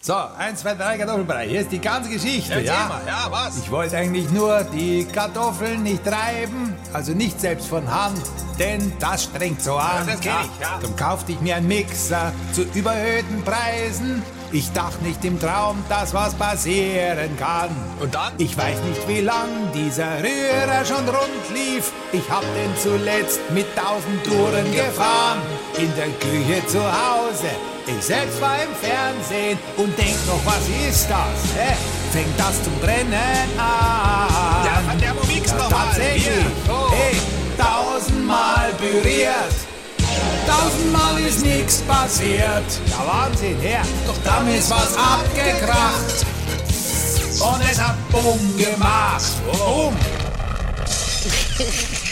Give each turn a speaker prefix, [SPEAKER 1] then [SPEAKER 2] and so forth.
[SPEAKER 1] So, eins, zwei, drei Kartoffelbrei. Hier ist die ganze Geschichte.
[SPEAKER 2] Erzähl
[SPEAKER 1] ja,
[SPEAKER 2] mal, ja, was?
[SPEAKER 1] Ich wollte eigentlich nur die Kartoffeln nicht reiben, also nicht selbst von Hand, denn das strengt so an.
[SPEAKER 2] das kenn ich, ja.
[SPEAKER 1] Dann kaufte ich mir einen Mixer zu überhöhten Preisen. Ich dachte nicht im Traum, dass was passieren kann.
[SPEAKER 2] Und dann?
[SPEAKER 1] Ich weiß nicht, wie lang dieser Rührer schon rund lief. Ich hab den zuletzt mit tausend Touren gefahren. In der Küche zu Hause, ich selbst war im Fernsehen und denk noch, was ist das? Hä? Fängt das zum Brennen an?
[SPEAKER 2] Ja, der Thermomix
[SPEAKER 1] Ja,
[SPEAKER 2] noch mal.
[SPEAKER 1] Tatsächlich,
[SPEAKER 2] Hier, so.
[SPEAKER 1] hey, tausendmal püriert. Tausendmal ist nichts passiert. Ja, Wahnsinn, her. Doch dann ist was abgekracht. Und es hat Bumm gemacht. Bumm.